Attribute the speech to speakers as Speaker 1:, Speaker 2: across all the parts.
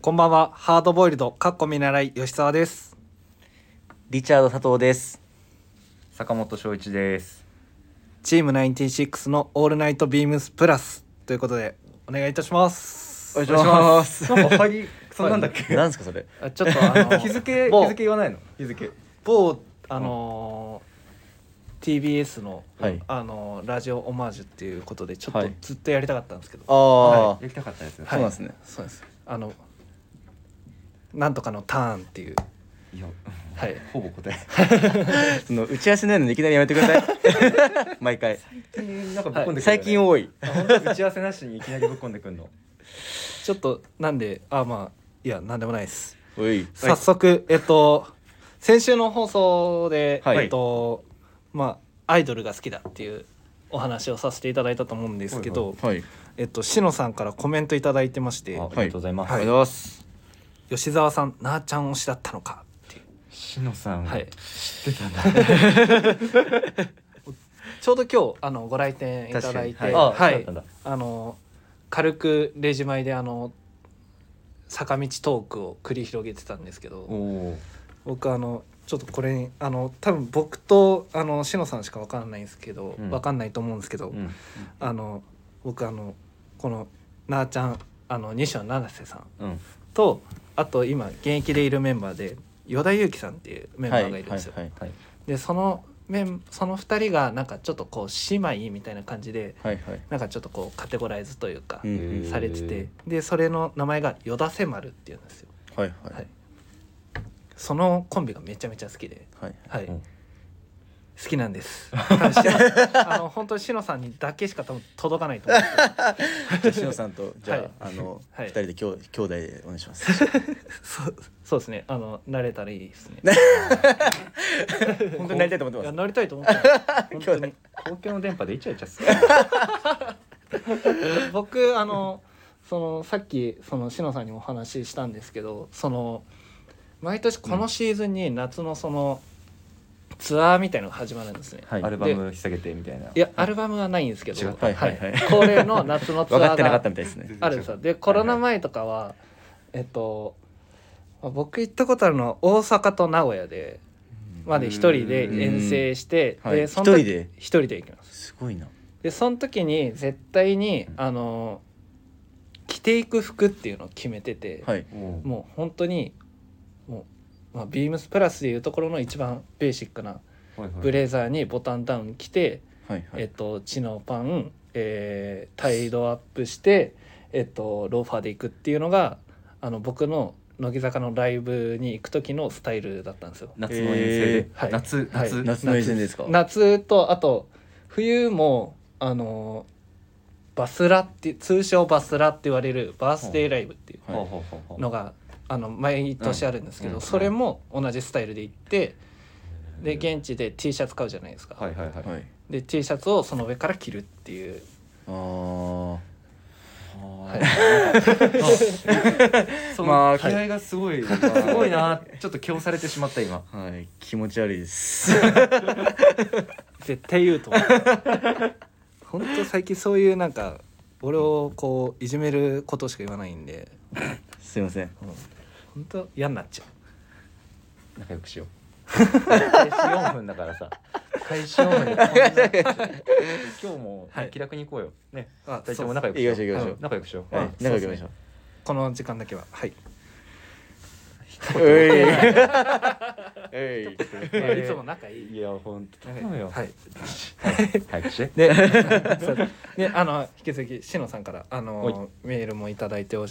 Speaker 1: こんばんは、ハードボイルド、かっこ見習い、吉沢です。
Speaker 2: リチャード佐藤です。
Speaker 3: 坂本翔一です。
Speaker 1: チーム96のオールナイトビームスプラスということで、お願いいたします。
Speaker 2: 願いします
Speaker 3: なんか入り、そんなんだっけ。
Speaker 2: なんですかそれ。
Speaker 1: あちょっとあ の
Speaker 3: 日付、
Speaker 1: 某
Speaker 3: 日付言わないの。日付。
Speaker 1: 某あのー TBS の、
Speaker 2: はい
Speaker 1: あのーラジオオマージュっていうことでちょっ
Speaker 2: は
Speaker 1: と
Speaker 2: い
Speaker 1: ずっとやりたかったんですけど、
Speaker 2: ああ、
Speaker 3: はいやりたかったですね。
Speaker 2: そうなんですね。そうなんです。
Speaker 1: あのなんとかのターンっていう
Speaker 3: いや、
Speaker 1: はい
Speaker 3: ほぼ答
Speaker 2: その打ち合わせないのでいきなりやめてください。毎回。
Speaker 3: え。なんかぶっ込んでくるよね。
Speaker 2: 最近多い。
Speaker 3: あ。本当打ち合わせなしにいきなりぶっ込んでくんの。
Speaker 1: ちょっとなんであまあいやなんでもないです
Speaker 2: おい。
Speaker 1: 早速、えっと先週の放送で、
Speaker 2: はい
Speaker 1: えっとまあアイドルが好きだっていうお話をさせていただいたと思うんですけど、
Speaker 2: はい。
Speaker 1: えっとしのさんからコメントいただいてまして
Speaker 3: ありがとうございます
Speaker 2: はありがとうございます。
Speaker 1: 吉沢さんなあちゃん推しだったのかっていう
Speaker 3: しのさん。
Speaker 1: はい
Speaker 3: 知ってたんだ。
Speaker 1: ちょうど今日あのご来店いただいて、
Speaker 3: 確
Speaker 1: は
Speaker 3: か
Speaker 1: い
Speaker 3: にはいあそうだったんだ
Speaker 1: あの軽くレジ前であの坂道トークを繰り広げてたんですけ
Speaker 3: お
Speaker 1: ど
Speaker 3: お。
Speaker 1: 僕あのちょっとこれにあの多分僕とあのしのさんしかわかんないんですけど、
Speaker 3: うん
Speaker 1: わかんないと思うんですけど、
Speaker 3: うん。
Speaker 1: あの僕あのこのなあちゃんあの西野七瀬さん
Speaker 3: うん。
Speaker 1: とあと今現役でいるメンバーで依田祐希さんっていうメンバーがいるんですよ。
Speaker 2: はいはい
Speaker 1: でその面その2人がなんかちょっとこう姉妹みたいな感じで
Speaker 2: はいはい。
Speaker 1: なんかちょっとこうカテゴライズというか、
Speaker 2: うんうん
Speaker 1: されててでそれの名前が「よだせ丸」っていうんですよ、
Speaker 2: はい
Speaker 1: は
Speaker 2: はいい。
Speaker 1: そのコンビがめちゃめちゃ好きで、
Speaker 2: はい。
Speaker 1: はい
Speaker 3: うん
Speaker 1: 好きなんです多 分しのあの本当にしのさんにだけしか多分届かないと思うんです
Speaker 2: じゃ
Speaker 1: よ
Speaker 2: あしのさんとじ
Speaker 1: はい
Speaker 2: ゃああの
Speaker 1: はい
Speaker 2: 二人で兄弟兄弟でお願いします。
Speaker 1: そうそうですねあの慣れたらいい ですね
Speaker 2: 本当になりたいと思っ
Speaker 1: い
Speaker 2: て
Speaker 1: や
Speaker 2: ま
Speaker 1: なりたいと思ってます 本当
Speaker 2: 兄
Speaker 1: に
Speaker 2: 弟
Speaker 3: 公共の電波でイチャイチャする。
Speaker 1: 僕あのそのさっきそのしのさんにもお話ししたんですけどその毎年このシーズンに夏のその、ツアーみたいのが始まるんですね、
Speaker 2: はい
Speaker 3: アルバム引っ提げてみたいな。
Speaker 1: いやアルバムはないんですけど
Speaker 3: 違っ
Speaker 2: はいはいはい
Speaker 1: 恒例の夏の
Speaker 2: す。
Speaker 1: ツア
Speaker 2: 分
Speaker 1: ーが
Speaker 2: かってなかったみたいですね。
Speaker 1: あるんですよでコロナ前とかは、えっとまあ僕行ったことあるのは大阪と名古屋でまで一人で遠征して
Speaker 2: うん
Speaker 1: で、
Speaker 2: はい
Speaker 1: その
Speaker 2: 一
Speaker 1: 時
Speaker 2: 人で
Speaker 1: 一人で行きます
Speaker 2: すごいな。
Speaker 1: でその時に絶対にあの着ていく服っていうのを決めてて、
Speaker 2: はい。
Speaker 3: おお。
Speaker 1: もう本当にもう、まあ、ビームスプラスでいうところの一番ベーシックな
Speaker 3: はいはい
Speaker 1: ブ。レザーにボタンダウン着て、
Speaker 2: はいは
Speaker 1: えっ
Speaker 2: い。
Speaker 1: とチノパン、えータイドアップして、えっと、ローファーで行くっていうのがあの僕の乃木坂のライブに行く時のスタイルだったんですよ。
Speaker 3: 夏の遠征で
Speaker 1: え。ーはい
Speaker 3: 夏、
Speaker 1: はい
Speaker 3: 夏。
Speaker 2: 夏の遠征ですか。
Speaker 1: 夏とあと冬もあのバスラって通称バスラって言われるバースデーライブっていう
Speaker 2: はい
Speaker 3: ほうほうほうほう
Speaker 1: のがあの毎年あるんですけ
Speaker 3: うん
Speaker 1: ど
Speaker 3: うん
Speaker 1: それも同じスタイルで行ってで現地で T シャツ買うじゃないですか
Speaker 3: はいはいはい。
Speaker 2: はい。
Speaker 1: で T シャツをその上から着るっていう
Speaker 2: ああ。
Speaker 3: は
Speaker 1: はい い。
Speaker 3: そ
Speaker 2: ま
Speaker 3: ま
Speaker 2: あ
Speaker 3: あ気合がすごい、すごいなちょっと強されてしまった今
Speaker 2: はい、気持ち悪いです。
Speaker 1: 絶対言うと思う 本当最近そういうなんか俺をこういじめることしか言わないんで、
Speaker 2: すいません。
Speaker 1: うん、本当嫌になっちゃう
Speaker 3: 仲良くしよう開始4分だからさ開始4分でこんな今日も
Speaker 1: はい
Speaker 3: 気楽に行こうよ、ね
Speaker 1: あ
Speaker 3: 二人とも
Speaker 1: そう
Speaker 3: 仲
Speaker 1: そう
Speaker 3: 良くしよ
Speaker 2: 行
Speaker 3: う
Speaker 2: きましょう行きましょう
Speaker 3: うん仲良くしよう、
Speaker 2: はい
Speaker 3: うん、
Speaker 2: 仲良く行きましょう。
Speaker 1: この時間だけははい
Speaker 2: え い。え
Speaker 3: えー
Speaker 1: いつも仲いい
Speaker 3: いやほんと頼むよ、
Speaker 1: はい
Speaker 3: 早くして
Speaker 1: で そうであの引き続きしのさんからあのメールも頂いただいてお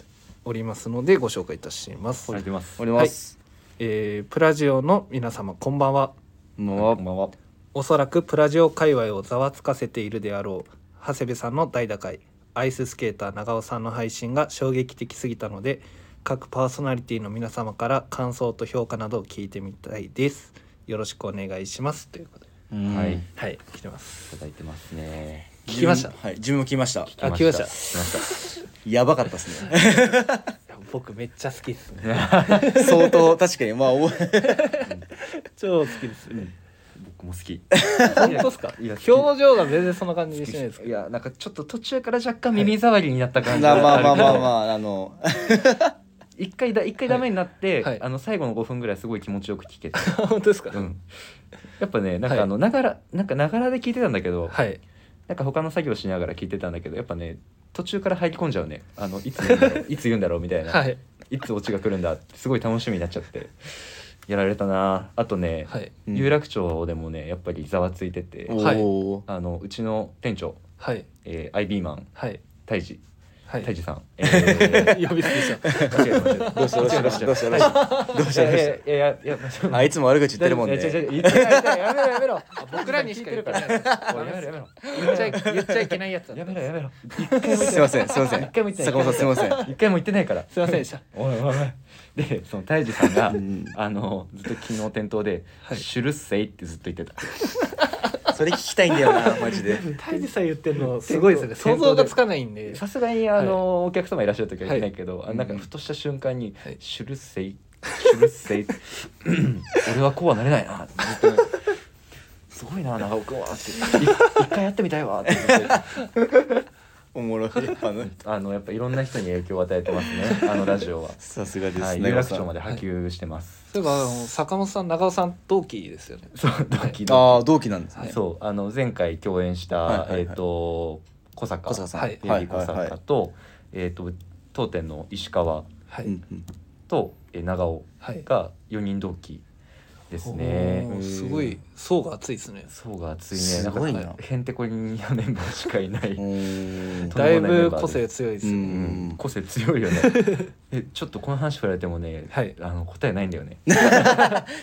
Speaker 1: おりますのでご紹介いたします、
Speaker 3: ありがとうございます
Speaker 2: おります。
Speaker 1: えープラジオの皆様こんばんは
Speaker 2: も
Speaker 3: こんばんは
Speaker 1: おそらくプラジオ界隈をざわつかせているであろう長谷部さんの大打開アイススケーター長尾さんの配信が衝撃的すぎたので各パーソナリティの皆様から感想と評価などを聞いてみたいですよろしくお願いしますということで
Speaker 2: ううん
Speaker 3: はい
Speaker 1: はい来てます
Speaker 3: いただいてますね
Speaker 1: 聞きました
Speaker 2: はい、自分も聞きました。
Speaker 1: あ来ました
Speaker 3: 聞き
Speaker 2: やばかったです ね。
Speaker 1: 僕めっちゃ好きですね
Speaker 3: ました
Speaker 2: 相当確かにまあ お
Speaker 1: 超好きですね
Speaker 3: 僕も好き
Speaker 1: 本当ですか
Speaker 3: いや
Speaker 1: 表情が全然そんな感じしないですけ
Speaker 3: いやなんかちょっと途中から若干耳障りになった感じ
Speaker 2: まあまあまあまあ
Speaker 3: るけど
Speaker 2: まああの
Speaker 3: 一回だ一回ダメになって、
Speaker 1: はいはい
Speaker 3: あの最後の5分ぐらいすごい気持ちよく聞けて、
Speaker 1: 本当ですか、
Speaker 3: うん、やっぱねなんかあのながら、なんかながらで聞いてたんだけど、
Speaker 1: はい
Speaker 3: なんか他の作業しながら聞いてたんだけどやっぱね途中から入り込んじゃうねあのいつ言うんだろういつ言うんだろうみたいな、
Speaker 1: はい
Speaker 3: い、つオチが来るんだってすごい楽しみになっちゃってやられたなあとね、
Speaker 1: はい
Speaker 3: うん有楽町でもねやっぱりざわついてて
Speaker 1: んはい
Speaker 4: おー
Speaker 3: あのうちの店長、
Speaker 1: はい
Speaker 3: えー、アイビーマン
Speaker 1: はい
Speaker 3: 太一
Speaker 1: は
Speaker 3: 太
Speaker 1: い
Speaker 3: 一さん、えー
Speaker 1: 呼び捨てし
Speaker 3: 間違えた間違えた
Speaker 4: どうしたどうしたどうしたどうしたどうしたどうしたどうした
Speaker 3: いやいやいやいや間違えた
Speaker 4: あいつも悪口言ってるもんね
Speaker 3: いや違う違う言ってない言ってないやめろやめろ
Speaker 1: た僕らにしか言ってないや
Speaker 3: おいやめろやめろ
Speaker 1: めろ言っちゃいけないやつ
Speaker 3: やめろ
Speaker 1: す
Speaker 3: やめろ
Speaker 4: すいませんすいません
Speaker 3: 一回も言ってない
Speaker 4: 坂本さんすいません
Speaker 3: 一回も言ってないから
Speaker 1: いませんでした
Speaker 3: おいおいおいでその泰治さんが、
Speaker 4: うん
Speaker 3: あのずっと昨日店頭で「
Speaker 1: はい
Speaker 3: シュルッセイ」ってずっと言ってた
Speaker 4: それ聞きたいんだよなマジで
Speaker 1: 大地さん言ってるのすごいですね想像がつかないんで
Speaker 3: さすがにあの、お客様いらっしゃる時は言ってないけど、
Speaker 4: い
Speaker 3: あなんかふとした瞬間に
Speaker 1: はい
Speaker 3: 「シュルッセイ」「シュルッセイ」俺はこうはなれな いな」ってずっとすごいな長尾君は」ってい「一回やってみたいわ」ってずっと言ってた
Speaker 4: おもろいあの
Speaker 3: あのやっぱいろんな人に影響を与えてます ねあのラジオは。
Speaker 4: さすがです
Speaker 3: はい、
Speaker 4: ね
Speaker 3: 有楽町まで波及してます。
Speaker 1: そういえばあの坂本さん長尾さん同期ですよね
Speaker 3: そう、ドキドキ
Speaker 4: ああ同期なんですね
Speaker 3: そうあの前回共演した、
Speaker 4: はいはいはい
Speaker 3: えっ、と小坂
Speaker 4: 小坂さん
Speaker 1: はい
Speaker 3: デイリー小坂と,、えっ、と当店の石川
Speaker 1: はい、
Speaker 4: うんうん
Speaker 3: と、えー長尾
Speaker 1: はい
Speaker 3: が4人同期です
Speaker 1: お
Speaker 3: ね。
Speaker 1: ーすごい層が厚いですね
Speaker 3: 層が厚いね。
Speaker 4: すごいなん
Speaker 3: かへんてこりんなメンバーしかいない。
Speaker 4: うーん
Speaker 3: とん
Speaker 1: だ
Speaker 3: で
Speaker 1: い
Speaker 3: もないメン
Speaker 1: ぶ
Speaker 3: バーで
Speaker 1: 個性強いです
Speaker 4: う
Speaker 3: う
Speaker 1: ね、
Speaker 3: ん、個性強 いよねえちょっとこの話振られてもね、
Speaker 1: はい
Speaker 3: あの答えないんだよね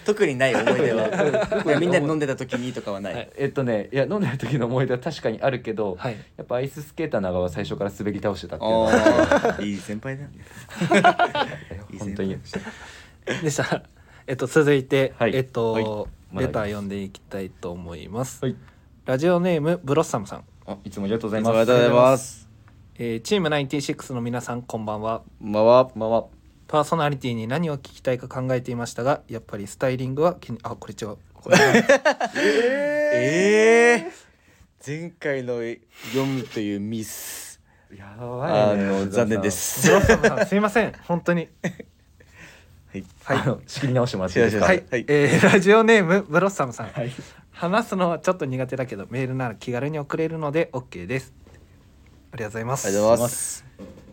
Speaker 4: 特にない思い出は
Speaker 3: 特にない
Speaker 4: いやみんなで飲んでた時にとかはな
Speaker 1: はいい
Speaker 3: えっとねいや飲んでる時の思い出は確かにあるけど、
Speaker 1: はい
Speaker 3: やっぱアイススケーター長尾は最初から滑り倒してたっていうのは
Speaker 4: ああいい先輩だいい
Speaker 3: 本当に
Speaker 4: 先
Speaker 1: でした。 えっと続いて、
Speaker 3: はい
Speaker 1: えっと、
Speaker 3: はい
Speaker 1: レター読んでいきたいと思います。
Speaker 3: はい
Speaker 1: ラジオネームブロッサムさん、
Speaker 3: あいつもありがとうござい
Speaker 4: 輩
Speaker 3: ます。
Speaker 4: ありがとうございます
Speaker 1: えーチーム96の皆さんこんばんは。
Speaker 4: こんばんは
Speaker 3: こんばんは。
Speaker 1: パーソナリティに何を聞きたいか考えていましたが、やっぱりスタイリングは気にあこれ違う。
Speaker 4: ええ前回の読むというミス
Speaker 3: や
Speaker 4: あ
Speaker 3: ばいね
Speaker 4: の残念で。す
Speaker 1: ブロッサムさんすいません本当に。
Speaker 4: はい
Speaker 3: はい。あの仕切り直してもらっていいですか。
Speaker 4: は
Speaker 1: はいい、
Speaker 4: はい
Speaker 1: えーラジオネームブロッサムさん、
Speaker 3: い
Speaker 1: 話すのはちょっと苦手だけどメールなら気軽に送れるので OK です。ありがとうございます。
Speaker 4: ありがとうございます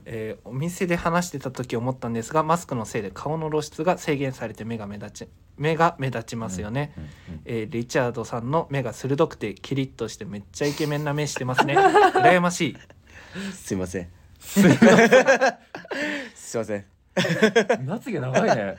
Speaker 1: えーお店で話してた時思ったんですがマスクのせいで顔の露出が制限されて目が目立ち目が目立ちますよね、
Speaker 3: うんうん
Speaker 1: えーリチャードさんの目が鋭くてキリッとしてめっちゃイケメンな目してますね羨ましい
Speaker 4: すいません すいません
Speaker 3: うんまつげ長いね。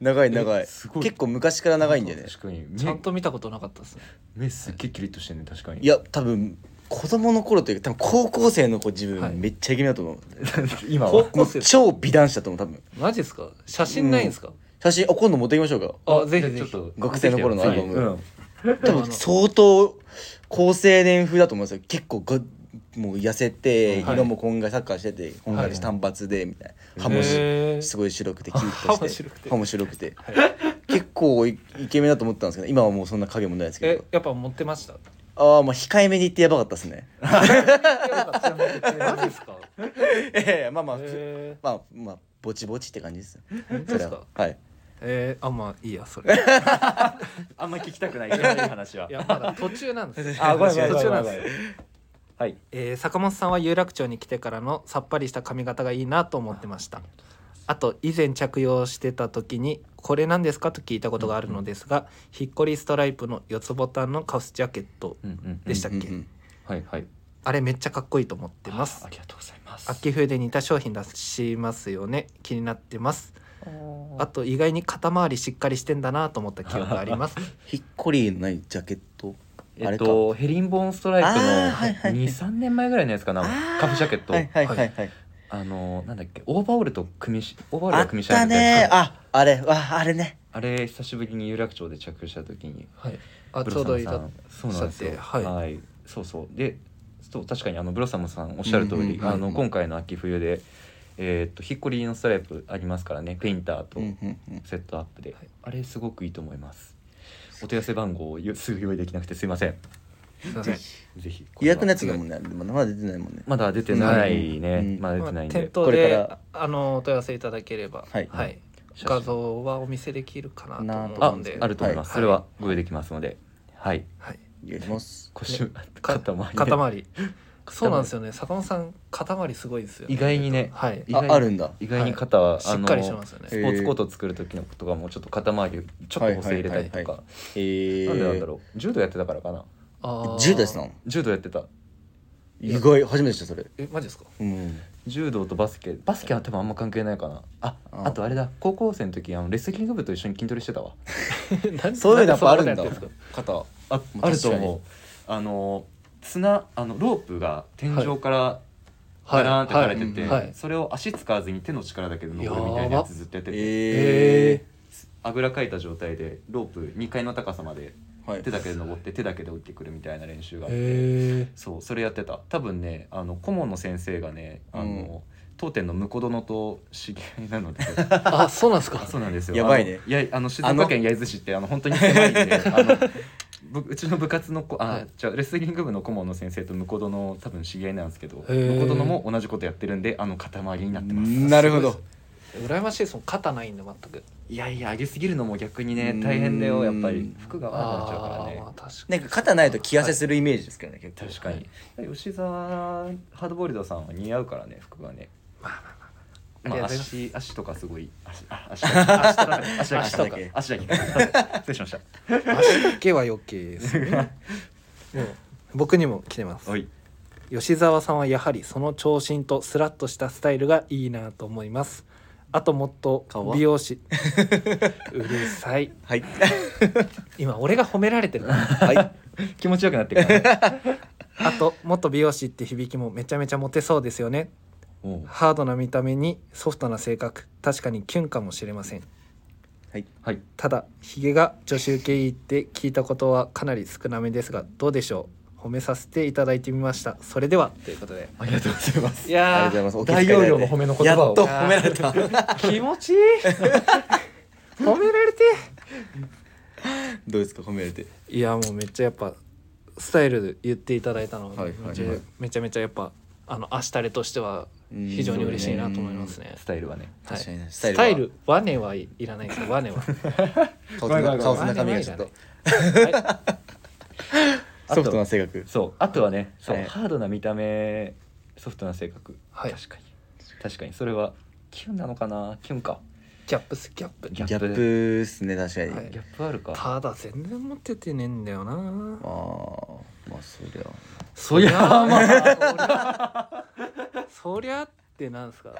Speaker 4: 長い長
Speaker 3: え
Speaker 4: い
Speaker 3: すごい
Speaker 4: 結構昔から長いんだよね
Speaker 3: 確かに
Speaker 1: ちゃん
Speaker 3: 目
Speaker 1: と見たことなかったですね
Speaker 3: 目すっげえキリッとしてるね確かに。
Speaker 4: いや多分子供の頃というか多分高校生の子自
Speaker 1: はい
Speaker 4: 分めっちゃイケメンだと思う、
Speaker 3: 今
Speaker 1: 高
Speaker 3: は
Speaker 1: 校
Speaker 4: も
Speaker 1: 生
Speaker 4: う超美男子だと思う多分
Speaker 1: マジですか写真ないんですか、
Speaker 4: 写真あ今度持ってきましょうか
Speaker 1: あぜひぜひ
Speaker 3: ちょっと
Speaker 4: 学生の頃のアルバム
Speaker 3: うん
Speaker 4: 多分相当高青年風だと思うんですよ結構がもう痩せて、
Speaker 1: はい
Speaker 4: 色もこんがりサッカーしててこんがりして
Speaker 3: はい
Speaker 4: 短髪でみたいな歯
Speaker 3: へ
Speaker 4: も
Speaker 1: ー
Speaker 4: しすごい白くてキリッと
Speaker 1: 歯も
Speaker 4: して
Speaker 1: 白くて
Speaker 4: 歯も白くて結構イイケメンだと思ったんですけど今はもうそんな影もないですけ
Speaker 1: え
Speaker 4: ど
Speaker 1: やっぱ持ってました
Speaker 4: ああまあ控えめに言ってやばかったですね
Speaker 1: マジですか
Speaker 4: ええまあまあ、
Speaker 1: え
Speaker 4: まあまあぼちぼちって感じですよ
Speaker 1: 本当で
Speaker 4: それ
Speaker 1: す
Speaker 4: は
Speaker 1: か
Speaker 4: はい
Speaker 1: えーあまあいいやそれ い
Speaker 3: あんま聞きたくない。今の話は。
Speaker 1: やまだ途中なんですよ
Speaker 3: あごめんごめん
Speaker 1: 途
Speaker 3: ご
Speaker 1: 中
Speaker 3: め
Speaker 1: なん
Speaker 3: ん
Speaker 1: で
Speaker 3: ご
Speaker 1: す
Speaker 3: め
Speaker 1: よ
Speaker 3: ん。はい。
Speaker 1: えー坂本さんは有楽町に来てからのさっぱりした髪型がいいなと思ってましたあと以前着用してた時に「これなんですか?」と聞いたことがあるのですが、ひっこりストライプの四つボタンのカフスジャケット
Speaker 3: うんうん
Speaker 1: でしたっけ、
Speaker 4: うんうん
Speaker 3: はいはい。
Speaker 1: あれめっちゃかっこいいと思ってます
Speaker 3: ありがとうございます。
Speaker 1: 秋冬で似た商品出しますよね気になってますあと意外に肩周りしっかりしてんだなと思った記憶があります
Speaker 4: ひっこりのないジャケットあ
Speaker 3: えっ
Speaker 4: れか
Speaker 3: とヘリンボーンストライプ
Speaker 4: あーはいはい
Speaker 3: の23年前ぐらいのやつかなカフジャケット
Speaker 4: はいはいはいはい、
Speaker 3: あのなんだっけオーバーオールと組みしオーバーオール
Speaker 4: あ
Speaker 3: が
Speaker 4: っ
Speaker 3: 組みし
Speaker 4: た
Speaker 3: みたい
Speaker 4: ね
Speaker 3: な
Speaker 4: ああれわあれね
Speaker 3: あれ久しぶりに有楽町で着用した時に
Speaker 1: はいあ
Speaker 3: ブ
Speaker 1: ちょ
Speaker 3: ロ
Speaker 1: う
Speaker 3: サ
Speaker 1: ど
Speaker 3: ム
Speaker 1: いい
Speaker 3: さ
Speaker 1: だ
Speaker 3: んそうなんです
Speaker 1: おっしゃ
Speaker 3: よ
Speaker 1: ってはい
Speaker 3: そうそうでそう確かにあのブロサムさんおっしゃる通り、
Speaker 4: うんうんうんうん
Speaker 3: あの今回の秋冬でえーっとひっこりのストライプありますからねペインターと
Speaker 4: うんうんうん
Speaker 3: セットアップで、あれすごくいいと思いますお問い合わせ番号をゆすぐ用意できなくてすいません
Speaker 1: すいません
Speaker 3: ぜひ
Speaker 4: 予約のやつがもんねでもまだ出てないもんね
Speaker 3: まだ出てないね、
Speaker 4: うん
Speaker 3: まだ出てないん
Speaker 1: 店
Speaker 3: で、
Speaker 1: 頭
Speaker 4: これ
Speaker 1: で
Speaker 4: から
Speaker 1: あのお問い合わせいただければ
Speaker 4: はい
Speaker 3: 写真
Speaker 1: 画像はお見せできるかなと
Speaker 4: な
Speaker 1: 思
Speaker 3: あ
Speaker 1: うんで
Speaker 3: あると思います、
Speaker 1: はい
Speaker 3: それはご用意できますのではい
Speaker 1: はい
Speaker 4: お願いします
Speaker 3: 腰、
Speaker 1: か
Speaker 3: 肩周り
Speaker 1: 肩周りそうなんですよね坂本さん肩周りすごいですよね
Speaker 3: 意外にね
Speaker 1: はい
Speaker 3: 意
Speaker 4: あ
Speaker 3: 外に
Speaker 4: あるんだ
Speaker 3: 意外に肩は、
Speaker 1: しっかりしてますよね
Speaker 4: え
Speaker 3: スポーツコート作る時のとかもちょっと肩周りちょっと補正入れたり
Speaker 4: はい
Speaker 3: と
Speaker 4: はい
Speaker 3: か
Speaker 4: え
Speaker 3: なんでなんだ
Speaker 4: ー、
Speaker 3: ろう柔道やってたからかな
Speaker 1: あー
Speaker 4: 10代したの
Speaker 3: 柔道やってた
Speaker 4: 意外初めてでしたそれ
Speaker 1: えマジですか
Speaker 4: うん
Speaker 3: 柔道とバスケバスケは多分あんま関係ないかなあ
Speaker 4: あ
Speaker 3: あとあれだ高校生の時あのレスリング部と一緒に筋トレしてたわ
Speaker 1: 何
Speaker 4: そういうのやっぱあるんだ
Speaker 1: なんでそなことやってん
Speaker 4: 肩
Speaker 3: あ
Speaker 4: まあ
Speaker 3: ある
Speaker 4: 確
Speaker 3: と
Speaker 4: か
Speaker 3: 思
Speaker 4: に
Speaker 3: うあの綱あのロープが天井から
Speaker 1: すか
Speaker 3: ガラーンって垂れてて、
Speaker 1: はいはい
Speaker 3: それを足使わずに手の力だけで登るみたいなやつずっとやってて
Speaker 4: え
Speaker 3: あぐらかいた状態でロープ2階の高さまで
Speaker 4: ー、はい
Speaker 3: 手だけで登って手だけで降りてくるみたいな練習があって、
Speaker 1: へ
Speaker 3: そうそれやってた多分ねあの顧問の先生がねあの、
Speaker 4: うん
Speaker 3: 当店の婿殿と知り合いなので
Speaker 1: ーあそうなんですか
Speaker 3: あそうなんですよ
Speaker 4: やばいね
Speaker 3: あのやあの静岡県焼津市ってあの本当に狭いんであのぶうちの部活の子あ、
Speaker 1: はい
Speaker 3: じゃあレスリング部の顧問の先生と婿殿多分知り合いなんですけど
Speaker 1: へー
Speaker 3: 婿殿も同じことやってるんであの肩周りになってます
Speaker 4: なるほど
Speaker 1: 羨ましいですもん肩ないんで全く
Speaker 3: いやいや上げすぎるのも逆にね大変だよやっぱ
Speaker 4: う
Speaker 3: り
Speaker 4: ん
Speaker 3: 服が悪くなっちゃうか
Speaker 1: ー
Speaker 3: らね
Speaker 1: まあ確か
Speaker 4: なんか肩ないと気痩せするイメージですけどね結構
Speaker 3: 確かに、吉沢ハードボイルドさんは似合うからね服がねま
Speaker 1: あり
Speaker 3: あ
Speaker 1: がとうござ
Speaker 3: 足足とかすごい足あ足だけ足だけ
Speaker 4: 足
Speaker 3: 足
Speaker 4: だ
Speaker 3: だ
Speaker 4: け
Speaker 3: け足だけ失礼しました
Speaker 1: 足だけは余計ですねもう僕にも来てます
Speaker 3: おい
Speaker 1: 吉沢さんはやはりその長身とスラッとしたスタイルがいいなと思いますあともっと
Speaker 4: 顔は
Speaker 1: 美容 師うるさい
Speaker 4: はい
Speaker 1: 今俺が褒められてるから
Speaker 4: はい
Speaker 3: 気持ちよくなってきた
Speaker 1: あともっと美容師って響きもめちゃめちゃモテそうですよね
Speaker 3: お う
Speaker 1: ハードな見た目にソフトな性格確かにキュンかもしれません
Speaker 4: はい
Speaker 3: はい
Speaker 1: ただヒゲが女子受けいいって聞いたことはかなり少なめですがどうでしょう褒めさせていただいてみましたそれではということで
Speaker 3: ありがとうございます
Speaker 1: いや
Speaker 4: ありがとうございます
Speaker 3: 大容量の褒めの言葉を
Speaker 4: やっと褒められた
Speaker 1: 気持ちいい褒められて
Speaker 4: どうですか褒められて
Speaker 1: いやもうめっちゃやっぱスタイルで言っていただいたので、
Speaker 4: はいはいはい
Speaker 1: めちゃめちゃめちゃやっぱあの足たれとしては非常に嬉しいなと思いますね
Speaker 3: ス。タイルはね
Speaker 1: はい
Speaker 4: 確かにねスタイ
Speaker 1: ス
Speaker 4: ルは
Speaker 1: タイルワネはいいらないですよワ ネは。
Speaker 4: 顔
Speaker 3: ごめんごめんごめん
Speaker 4: 顔つな髪がちょっと
Speaker 1: は
Speaker 3: あと
Speaker 4: ソフトな性格
Speaker 3: そうあとはねそう、
Speaker 4: はい
Speaker 3: ハードな見た目ソフトな性格、
Speaker 1: はい
Speaker 3: 確かに確かにそれはキュンなのかなキュンか
Speaker 1: キャップスキャップ。
Speaker 4: ギ
Speaker 3: ギ
Speaker 4: ャップっすね確かに、
Speaker 1: はい
Speaker 3: ギャップあるか
Speaker 1: ただ全然持っててねえんだよな
Speaker 4: ま。あまあそりゃ
Speaker 1: そりゃあまあ。俺は そりゃってなんですか。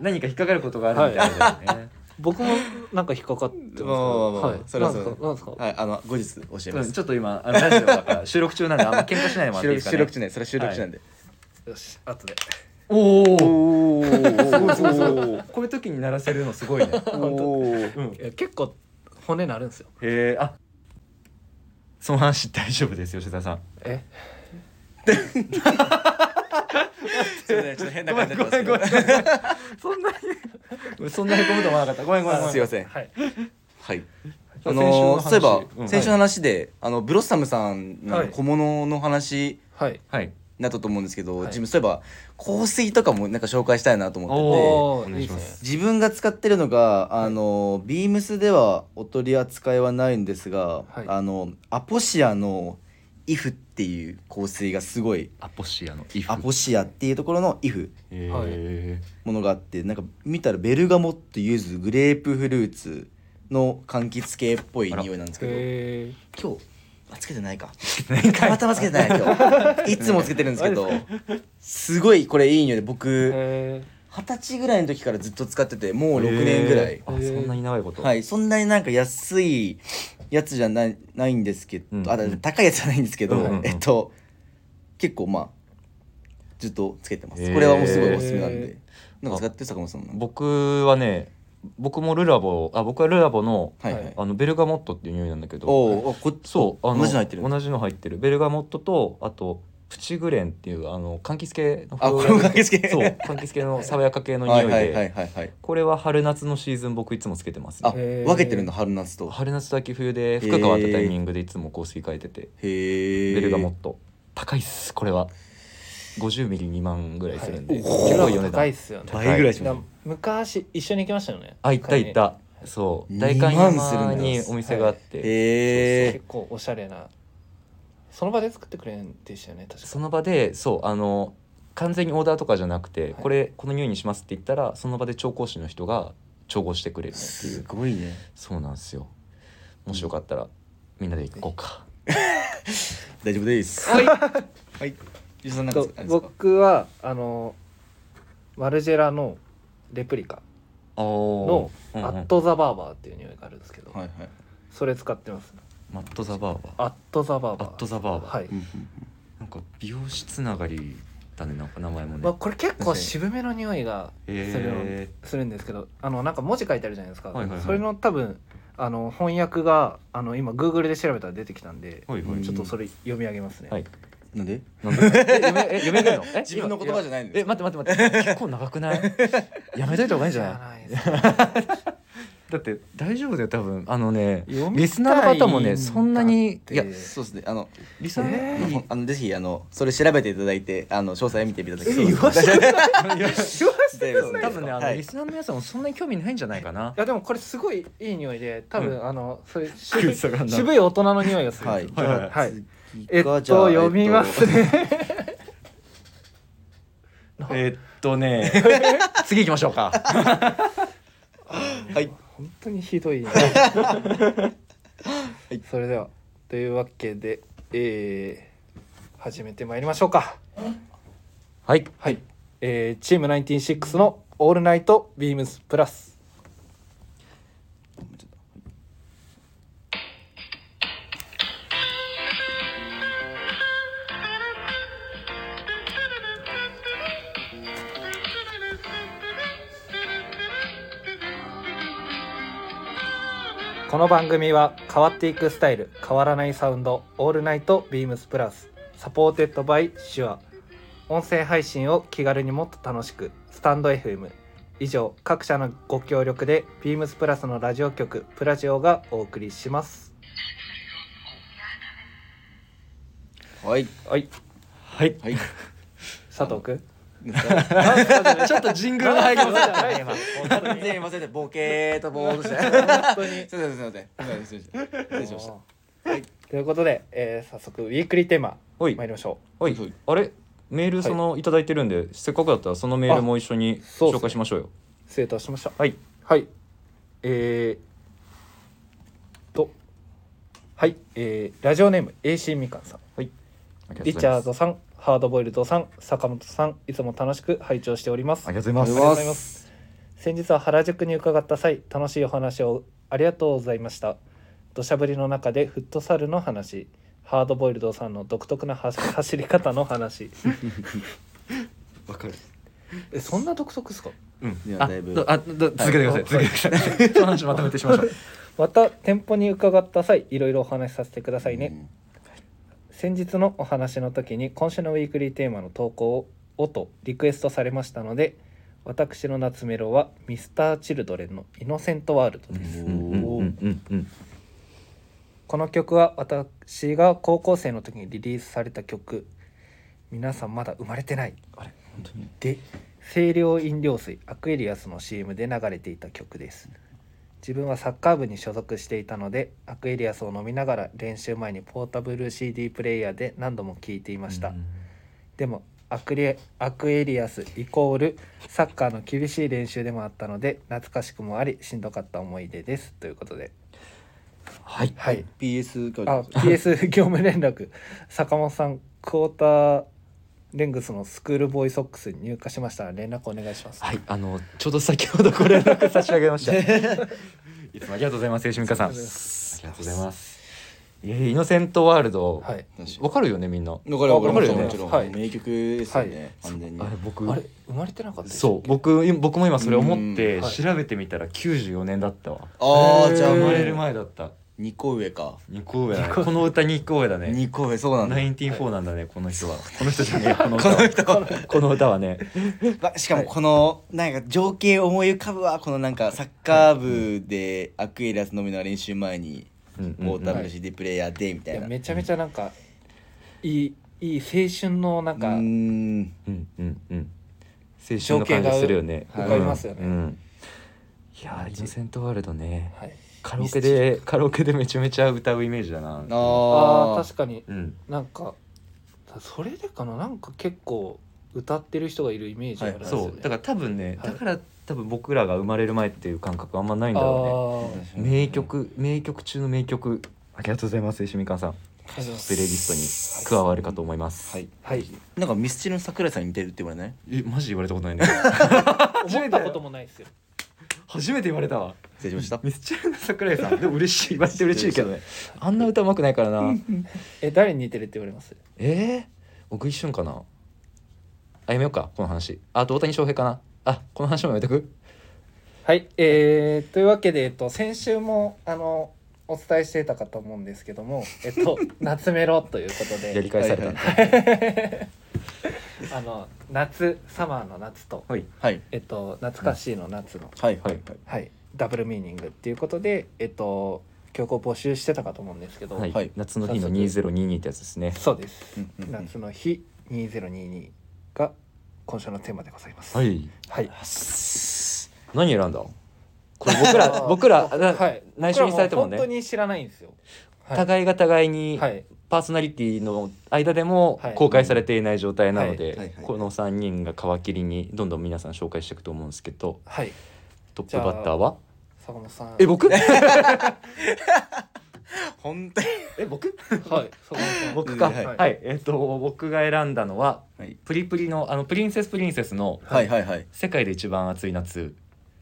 Speaker 3: 何か引っかかることがあるみたいだよね、
Speaker 1: 僕もなんか引っかかってますけど
Speaker 4: まあまあまあ
Speaker 1: はい。
Speaker 4: それは
Speaker 1: なん
Speaker 4: そ
Speaker 1: で
Speaker 4: う
Speaker 1: すかなんですか。
Speaker 4: はいあの後日教え
Speaker 3: う
Speaker 4: ま
Speaker 3: ん
Speaker 4: す
Speaker 3: ちょっと今あのラジオだから収録中なんであんま喧嘩しないでもらって
Speaker 4: 収
Speaker 3: い
Speaker 4: 録収
Speaker 3: いですかね
Speaker 4: 録中ねそれは収録中なんで、
Speaker 1: よし後で。
Speaker 3: おお
Speaker 4: おお
Speaker 3: すごいすごいすごいこういう時に鳴らせるのすごいね
Speaker 4: おお
Speaker 3: うん
Speaker 1: いや結構骨なるんですよ。
Speaker 3: へえあその話大丈夫です吉田さん
Speaker 1: え。
Speaker 4: ちょっと変な感じになってますけど
Speaker 3: そんなに そんなへこむと思わなかったごめんごめんごめん
Speaker 4: すいません
Speaker 1: はい。
Speaker 4: はい
Speaker 3: そ
Speaker 4: あ
Speaker 3: う先週
Speaker 4: の
Speaker 3: の
Speaker 4: そ
Speaker 3: 話
Speaker 4: ういえば、
Speaker 3: うん
Speaker 4: 先週の話であのブロッサムさん
Speaker 1: は
Speaker 4: の
Speaker 1: い
Speaker 4: 小物の話
Speaker 1: はい。
Speaker 3: はい
Speaker 4: になったと思うんですけど、
Speaker 1: はい
Speaker 4: 自分そういえば香水とかもなんか紹介したいなと思ってて
Speaker 1: おお
Speaker 3: お
Speaker 1: ー、
Speaker 3: 願
Speaker 1: い
Speaker 3: い
Speaker 1: い
Speaker 3: し
Speaker 1: で
Speaker 3: ますす
Speaker 1: ね。
Speaker 4: 自分が使ってるのがあの、ビームスではお取り扱いはないんですが、
Speaker 1: はい
Speaker 4: あのアポシアのイフっていう香水がすごい
Speaker 3: アポシアのイフ
Speaker 4: アポシアっていうところのイフ
Speaker 3: へ
Speaker 1: はい
Speaker 3: え
Speaker 4: ものがあってなんか見たらベルガモットユズグレープフルーツの柑橘系っぽい匂いなんですけど
Speaker 1: へ
Speaker 4: 今日あつけてないかたまたまつけてない今 日いつもつけてるんですけどすごいこれいい匂いで
Speaker 1: え。
Speaker 4: 僕
Speaker 1: へ
Speaker 4: 二十歳ぐらいの時からずっと使っててもう6年ぐらい
Speaker 3: あそんなに長いこと
Speaker 4: はいそんなになんか安いやつじゃないないんですけど、
Speaker 3: うん
Speaker 4: あだ高いやつじゃないんですけど、
Speaker 3: うんうんうん
Speaker 4: えっと結構まあずっとつけてます、
Speaker 3: へー
Speaker 4: これはもうすごいおすすめなんで
Speaker 1: へ
Speaker 4: なんか使ってる坂本さんもなんか
Speaker 3: 僕はね僕もルラボあ僕はルラボの
Speaker 4: はいはい
Speaker 3: あのベルガモットっていう匂いなんだけど
Speaker 4: おおこ
Speaker 3: そうあの
Speaker 4: 同じの入ってる
Speaker 3: 同じの入ってるベルガモットとあとプチグレンっていうあの柑橘系の
Speaker 4: あこれも柑橘系
Speaker 3: そう柑橘 系の爽やか系の匂
Speaker 4: はいい
Speaker 3: で、
Speaker 4: はいはいはいはい
Speaker 3: これは春夏のシーズン僕いつもつけてます、
Speaker 4: あ
Speaker 3: ね、
Speaker 1: へー
Speaker 4: 分けてるの春夏と
Speaker 3: 春夏と秋冬で服が変わったタイミングでいつも香水変えてて、
Speaker 4: へえ
Speaker 3: ベルガモット高いっすこれは50ミリ2万ぐらいするんで、
Speaker 1: はい
Speaker 3: 結構いいお値
Speaker 1: 高い
Speaker 3: 段
Speaker 1: っすよね
Speaker 3: 高い
Speaker 4: 倍ぐらいし
Speaker 1: だから
Speaker 4: ま
Speaker 1: 昔一緒に行きましたよね
Speaker 3: あ行った行ったそう代官
Speaker 4: 2万する
Speaker 3: 山
Speaker 4: んだ
Speaker 3: にお店があっ
Speaker 4: す
Speaker 3: て、
Speaker 4: へえ
Speaker 1: 結構おしゃれなその場で作ってくれるんでしたよね確か
Speaker 3: その場でそうあの完全にオーダーとかじゃなくて、
Speaker 1: い
Speaker 3: これこの匂いにしますって言ったらその場で調香師の人が調合してくれるってい
Speaker 4: す
Speaker 3: う
Speaker 4: ごいね
Speaker 3: そうなんですよもしよかったらみんなで行こうか
Speaker 4: 大丈夫ですはいはいゆうさんなんかあ
Speaker 1: そ
Speaker 4: る
Speaker 1: うん
Speaker 4: ですか
Speaker 1: 僕はあのマルジェラのレプリカ
Speaker 3: お
Speaker 1: の「
Speaker 3: ー
Speaker 1: ア
Speaker 3: うんう
Speaker 1: ッ
Speaker 3: ん
Speaker 1: ト・ザ・バーバー」っていう匂いがあるんですけど、
Speaker 4: はいはい
Speaker 1: それ使ってます
Speaker 3: マットザバーバー
Speaker 1: アット・ザ・バーバ
Speaker 3: ア
Speaker 1: ー
Speaker 3: ットザバーバー、
Speaker 1: はい、
Speaker 4: うんうん
Speaker 3: なんか美容師つながりだねなんか名前もね、
Speaker 1: まあ、これ結構渋めの匂いがする,、
Speaker 3: へ
Speaker 1: するんですけどあのなんか文字書いてあるじゃないですか、
Speaker 3: はいはいはい
Speaker 1: それの多分あの翻訳があの今 Google で調べたら出てきたんで、
Speaker 3: ーはいはい
Speaker 1: ちょっとそれ読み上げますね、
Speaker 3: はい
Speaker 4: うんなんで
Speaker 3: なんだえ読めえ読め るのえ
Speaker 4: 自分の言葉じゃないん
Speaker 3: え
Speaker 4: です
Speaker 3: 待って待って待って結構長くないやめといた方がいいんじゃない
Speaker 1: いですか
Speaker 3: だって大丈夫だよ多分あのね
Speaker 1: 読みたい
Speaker 3: リスナーの方もねそんなに
Speaker 1: だ
Speaker 3: い
Speaker 1: って
Speaker 3: や
Speaker 4: そうですねあの
Speaker 3: リスナ
Speaker 1: え
Speaker 3: ー
Speaker 1: ー
Speaker 4: あのぜひあのそれ調べていただいてあの詳細を見てみただけ
Speaker 1: え言わせ
Speaker 4: て
Speaker 3: 多分ねあ
Speaker 4: は
Speaker 3: の
Speaker 4: い
Speaker 3: リスナーの皆さんもそんなに興味ないんじゃないかない
Speaker 1: やでもこれすごいいい匂いで多分、あのそういう
Speaker 3: 食
Speaker 1: 渋
Speaker 3: い
Speaker 1: い
Speaker 3: 下がんな
Speaker 1: 渋い大人の匂いがするんですよ
Speaker 3: はいはいはい
Speaker 1: えっと読みます ね、
Speaker 3: えーっとね 次行きましょうか
Speaker 4: はい
Speaker 1: 本当にひどい、ね
Speaker 4: い
Speaker 1: それではというわけで、えー始めてまいりましょうか
Speaker 3: はい
Speaker 1: はい、えー、チーム96の「オールナイトビームスプラスこの番組は変わっていくスタイル変わらないサウンド「オールナイトビームスプラス」サポーテッドバイシュア音声配信を気軽にもっと楽しくスタンド FM 以上各社のご協力でビームスプラスのラジオ局プラジオがお送りします
Speaker 4: はい
Speaker 1: はい
Speaker 3: はい
Speaker 4: はい
Speaker 1: 佐藤君
Speaker 3: ちょっとジングルが入ります
Speaker 4: 完全に忘れてボケーとぼーっとして本当にすいませんすいませんすいません失礼しました
Speaker 1: ということで、えー早速ウィークリーテーマ
Speaker 3: お
Speaker 1: 参
Speaker 3: い
Speaker 1: りましょ
Speaker 3: は
Speaker 4: はい
Speaker 3: い、あれメールそのいただいてるんで、せっかくだったらそのメールも一緒に
Speaker 1: そうっすね
Speaker 3: 紹介しましょうよ。
Speaker 1: う失礼いたしました
Speaker 3: はい、
Speaker 1: はいえー、とはいえー、ラジオネーム AC みかんさんリチャードさんハードボイルドさん坂本さんいつも楽しく拝聴しております
Speaker 3: ありがとうござい
Speaker 1: ありがとうご
Speaker 3: ます。
Speaker 1: ざいます先日は原宿に伺った際楽しいお話をありがとうございました土砂降りの中でフットサルの話ハードボイルドさんの独特な走 走り方の話
Speaker 3: わかる。
Speaker 1: えそんな独特ですか
Speaker 3: うん
Speaker 4: い。や
Speaker 3: あ、
Speaker 4: だいぶ
Speaker 3: どあ、ど続けてください。続けてください。その話まとめてしましょう。
Speaker 1: また店舗に伺った際いろいろお話しさせてくださいね、先日のお話の時に今週のウィークリーテーマの投稿をとリクエストされましたので私の夏メロはミスターチルドレンの「イノセントワールド」です
Speaker 3: うんうんうんうん
Speaker 1: この曲は私が高校生の時にリリースされた曲皆さんまだ生まれてない
Speaker 3: あれ本当に。
Speaker 1: で清涼飲料水アクエリアスの CM で流れていた曲です自分はサッカー部に所属していたのでアクエリアスを飲みながら練習前にポータブル CD プレイヤーで何度も聴いていました、
Speaker 3: うん
Speaker 1: でもアクリアクエリアスイコールサッカーの厳しい練習でもあったので懐かしくもありしんどかった思い出ですということで
Speaker 3: はい。
Speaker 1: はい
Speaker 4: PS 書いて
Speaker 1: あ
Speaker 4: ます
Speaker 1: PS 業務連絡坂本さんクォーターレングスのスクールボーイソックスに入荷しましたら連絡お願いします、
Speaker 3: はい、あの、ちょうど先ほどご連絡差し上げました。 いつもありがとうございます、吉見香さん。ありがとうございます。いやいや、イノセントワールド。
Speaker 1: はい
Speaker 3: わかるよね、みんな。
Speaker 4: わかるわかる
Speaker 3: わかるよね
Speaker 4: もちろん、
Speaker 1: はい
Speaker 4: 名曲ですよね、完全に
Speaker 3: あれ、僕。
Speaker 1: あれ生まれてなかったです
Speaker 3: そう僕今僕も今それ思って
Speaker 1: うんはい
Speaker 3: 調べてみたら94年だったわ
Speaker 4: あ
Speaker 1: へ
Speaker 4: あ
Speaker 1: ー
Speaker 4: じゃあ
Speaker 3: 生
Speaker 4: も
Speaker 3: ま
Speaker 4: う
Speaker 3: れる前だった
Speaker 4: 2個上か
Speaker 3: 二個上だねこの歌二個上だね
Speaker 4: 2個上そうなんだ
Speaker 3: ナインティフォーなんだねこの人はこの人じゃねえこの
Speaker 4: こ
Speaker 3: 歌
Speaker 4: の
Speaker 3: は
Speaker 4: 人
Speaker 3: この歌はね
Speaker 4: ましかもこのなんか情景思い浮かぶわこのなんかサッカー部でアクエリアスのみの練習前に
Speaker 3: うんうんうん
Speaker 4: OWCD プレイヤーでみた
Speaker 1: い
Speaker 4: い
Speaker 1: や
Speaker 4: な
Speaker 1: めちゃめちゃなんかいいいい青春のなんか
Speaker 4: うーん
Speaker 3: うんうんうん青春の感じするよね
Speaker 1: 情景が浮かびますよね
Speaker 3: うんうんいやーイノセントワールドね
Speaker 1: はい、
Speaker 3: カラオケでカラオケでめちゃめちゃ歌うイメージだ
Speaker 1: あ
Speaker 4: あ
Speaker 3: な
Speaker 1: ー
Speaker 4: あ
Speaker 1: 確かに
Speaker 3: うん
Speaker 1: なんかそれでかななんか結構歌ってる人がいるイメージあるんですよね、
Speaker 3: そうだから多分ね
Speaker 1: はい
Speaker 3: だから多分僕らが生まれる前っていう感覚あんまないんだ
Speaker 1: あ
Speaker 3: ろ
Speaker 1: ー
Speaker 3: うね名曲名曲中の名曲ありがとうございます石見かんさん
Speaker 1: ありがとうございま
Speaker 3: プレイリ
Speaker 1: す
Speaker 3: ストに加わるかと思います
Speaker 4: はい
Speaker 1: はい
Speaker 4: なんかミスチルの桜井さんに似てるって言われない
Speaker 3: えマジ言われたことないね
Speaker 1: 思ったこともないですよ
Speaker 3: 初めて言われたわ
Speaker 4: 失礼しました
Speaker 3: ミスチルの桜井さんでも嬉しい言われて嬉しいけどねあんな歌うまくないからな
Speaker 1: え誰に似てるって言われます
Speaker 3: えー、僕一瞬かなあやめようかこの話ああと大谷翔平かなあこの話もやめとく
Speaker 1: はい、えーというわけで、えっと、先週もあのお伝えしていたかと思うんですけども、えっ と、夏メロということ
Speaker 3: やり
Speaker 1: で
Speaker 3: 返された、
Speaker 4: はい
Speaker 1: あの夏サマーの夏と、
Speaker 4: はい
Speaker 1: えっと、懐かしいの夏の、
Speaker 4: はいはいは
Speaker 3: は
Speaker 4: いい
Speaker 1: はい、ダブルミーニングっていうことで、えっと、曲を募集してたかと思うんですけど、
Speaker 3: はい
Speaker 4: はい
Speaker 3: 夏の日の
Speaker 1: 早速
Speaker 3: 2022ってやつですね
Speaker 1: そうです、
Speaker 4: うんうんうん
Speaker 1: 夏の日2022が今週のテーマでございます。
Speaker 3: は、い
Speaker 1: はい
Speaker 3: 何選んだこれ僕 ら僕らな
Speaker 1: はい
Speaker 3: 内緒にされてもね
Speaker 1: 僕ら本当に知らないんですよ。はい
Speaker 3: 互いが互いに
Speaker 1: はい
Speaker 3: パーソナリティの間でも
Speaker 1: はい
Speaker 3: 公開されていない状態なの
Speaker 4: はいはい
Speaker 3: で
Speaker 4: はい
Speaker 3: この3人が皮切りにどんどん皆さん紹介していくと思うんですけど
Speaker 1: はい
Speaker 3: トップバッターは
Speaker 1: 坂本さん。
Speaker 3: え僕え
Speaker 4: 本当に
Speaker 3: 僕
Speaker 1: はい、坂本さん。
Speaker 3: 僕か、
Speaker 4: うんはい
Speaker 3: はい、えっ、と僕が選んだのは
Speaker 4: はい
Speaker 3: プリプリのあのプリンセスプリンセスの
Speaker 4: はいはいはい
Speaker 3: 世界で一番暑い夏。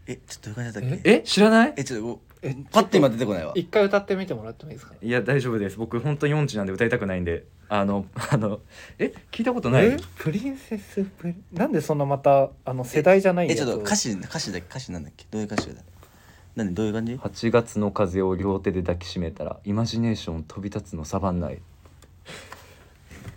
Speaker 4: えちょっとどういう感じだったっけ
Speaker 3: え、知らない？
Speaker 4: えちょっとお
Speaker 1: え
Speaker 4: パッて今出てこないわ
Speaker 1: 一回歌ってみてもらってもいいですか
Speaker 3: いや大丈夫です。僕本当に音痴なんで歌いたくないんで、あのあのえ聞いたことない？
Speaker 1: プリンセスプリなんでそんなまたあの世代じゃない
Speaker 4: えちょっと歌
Speaker 1: 詞
Speaker 4: 詞歌詞だっけ歌詞なんだっけどういう歌詞だなんでどういう感じ
Speaker 3: 8月の風を両手で抱きしめたらイマジネーション飛び立つのサバンナへ。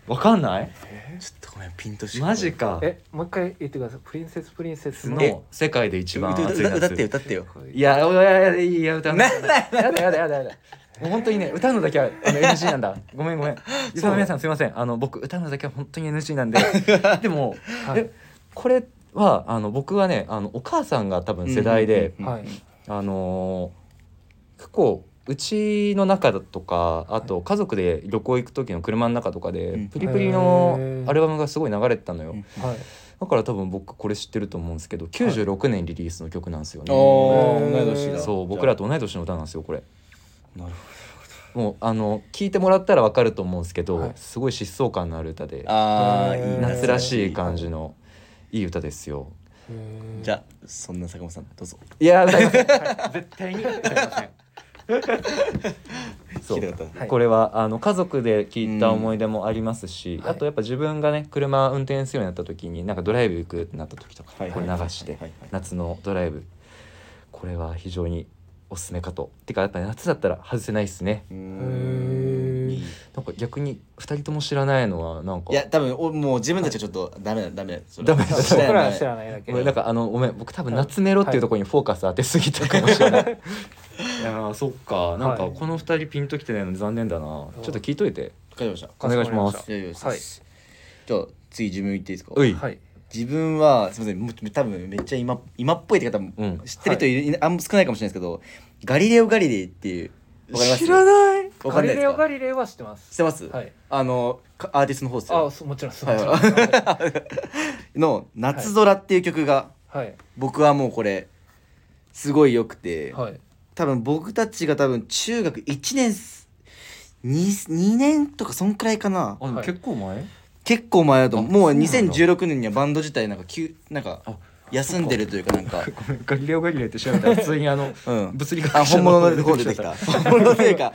Speaker 3: わかんない？
Speaker 4: ちょっとごめんピンとし
Speaker 3: マジか。
Speaker 1: えもう一回言ってくださいプリンセスプリンセスの
Speaker 3: の世界で一
Speaker 4: 歌
Speaker 3: 番
Speaker 4: 歌
Speaker 3: 暑い
Speaker 4: 歌歌
Speaker 3: 夏。
Speaker 4: ってよ歌ってよ
Speaker 3: いやいやいやいやいや歌うのやだやだやだやだやだもう本当にね歌うのだけはあの NG なんだごめんごめんリスナーの皆さんすいませんあの僕歌うのだけは本当に NG なんででも、
Speaker 1: はい
Speaker 3: えこれはあの僕はねあのお母さんが多分世代で、
Speaker 4: うん
Speaker 1: はい
Speaker 3: あのー結構うちの中だとかあと家族で旅行行く時の車の中とかで、
Speaker 4: うん
Speaker 3: プリプリの
Speaker 1: へー
Speaker 3: アルバムがすごい流れてたのよ、
Speaker 4: うん
Speaker 1: はい
Speaker 3: だから多分僕これ知ってると思うんですけど96年リリースの曲なんですよね、
Speaker 4: おー同い年だ
Speaker 3: そう僕らと同い年の歌なんですよこれ
Speaker 4: なるほ
Speaker 3: もうあの聞いてもらったらわかると思うんですけど、
Speaker 1: はい
Speaker 3: すごい疾走感のある歌で
Speaker 4: どあ
Speaker 1: えー
Speaker 4: ーいいな
Speaker 3: 夏らしい感じのいい歌ですよ
Speaker 4: じゃあそんな坂本さんどうぞ
Speaker 3: いやー歌いません絶対に歌いませんそ
Speaker 4: 聞いた
Speaker 3: う
Speaker 4: かった
Speaker 1: はい
Speaker 3: これはあの家族で聞いた思い出もありますし、
Speaker 1: うんはい
Speaker 3: あとやっぱ自分がね車運転するようになった時になんかドライブ行くってなった時とか、
Speaker 4: はい
Speaker 3: これ流して、
Speaker 4: はいはいはい
Speaker 3: 夏のドライブこれは非常におすすめかとてかやっぱ夏だったら外せないっすね
Speaker 4: う
Speaker 1: へ
Speaker 4: ー
Speaker 1: ー
Speaker 4: んいい
Speaker 3: なんか逆に2人とも知らないのはなんか
Speaker 4: いや多分おもう自分たちはちょっとダメだダメだそれ
Speaker 3: ダメだ
Speaker 4: 知
Speaker 1: 僕
Speaker 4: ら
Speaker 1: ら
Speaker 4: ない
Speaker 1: は知らないだけ
Speaker 3: ごめんなんかあのごめん僕多分夏メロっていうところにフォーカス当てすぎたかもしれない、 い、やーそっかなんか
Speaker 1: はい
Speaker 3: この2人ピンときてないので残念だな、
Speaker 1: う
Speaker 3: ちょっと聞いといて
Speaker 4: わかりました
Speaker 3: お願いします
Speaker 4: 大丈夫です、
Speaker 1: はい
Speaker 4: じゃあ次自分言っていいですか
Speaker 3: うい、
Speaker 1: はい
Speaker 4: 自分はすみませんもう多分めっちゃ今今っぽいって方も
Speaker 3: うん
Speaker 4: 知ってる人いる、いなあんま少ないかもしれないですけどガリレオ・ガリレイっていうわかります
Speaker 3: 知ら
Speaker 4: い
Speaker 3: ない
Speaker 4: わか
Speaker 1: ガ
Speaker 4: んな
Speaker 1: リ
Speaker 4: いで
Speaker 1: レ
Speaker 4: す
Speaker 1: オガ
Speaker 4: か
Speaker 1: リレイは知ってま
Speaker 4: 知
Speaker 1: す
Speaker 4: ってます、
Speaker 1: はい
Speaker 4: あのかアーティストの方ですよ
Speaker 1: あそもちろんそう
Speaker 4: は
Speaker 1: も
Speaker 4: い
Speaker 1: ちろんはい
Speaker 4: はい、の「夏空」っていう曲が、
Speaker 1: はい
Speaker 4: 僕 はもうこれすごい良くて、
Speaker 1: はい
Speaker 4: 多分僕たちが多分中学1年 2, 2年とかそんくらいかな
Speaker 3: あでも結構前、
Speaker 4: 結構前だと思う
Speaker 3: あ
Speaker 4: もう
Speaker 3: そうなんだ
Speaker 4: 2016年にはバンド自体なんか急なんか
Speaker 3: あ
Speaker 4: 休んでるというかなんか
Speaker 3: ごめんガリレオ・ガリレイって調べたら普通にあの
Speaker 4: うん
Speaker 3: 物理学
Speaker 4: あ
Speaker 3: 者
Speaker 4: 本物の方出てき
Speaker 3: 出
Speaker 4: た本物というか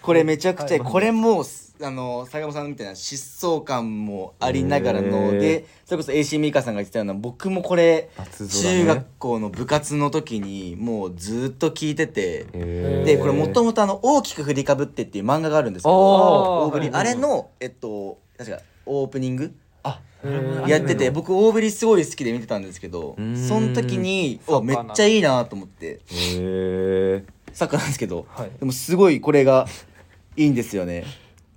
Speaker 4: これめちゃくちゃ
Speaker 1: はい
Speaker 4: これもうすあの坂本さんみたいな疾走感もありながらの
Speaker 3: へー
Speaker 4: でそれこそ AC ミカさんが言ってたような僕もこれ、
Speaker 3: 夏空ね
Speaker 4: 中学校の部活の時にもうずっと聞いてて。
Speaker 3: へー
Speaker 4: でこれもともとあの「大きく振りかぶって」っていう漫画があるんですけど
Speaker 5: おー
Speaker 4: 大振り
Speaker 5: はい
Speaker 4: あれのえっと確かオープニング
Speaker 5: うん
Speaker 4: やってて僕大振りすごい好きで見てたんですけど
Speaker 3: うーん
Speaker 4: その時に
Speaker 1: サッ
Speaker 4: お
Speaker 1: カー
Speaker 4: めっ
Speaker 1: なんだ
Speaker 4: ちゃいいなと思って
Speaker 3: へえ
Speaker 4: サッカーなんですけど
Speaker 1: はい
Speaker 4: でもすごいこれがいいんですよね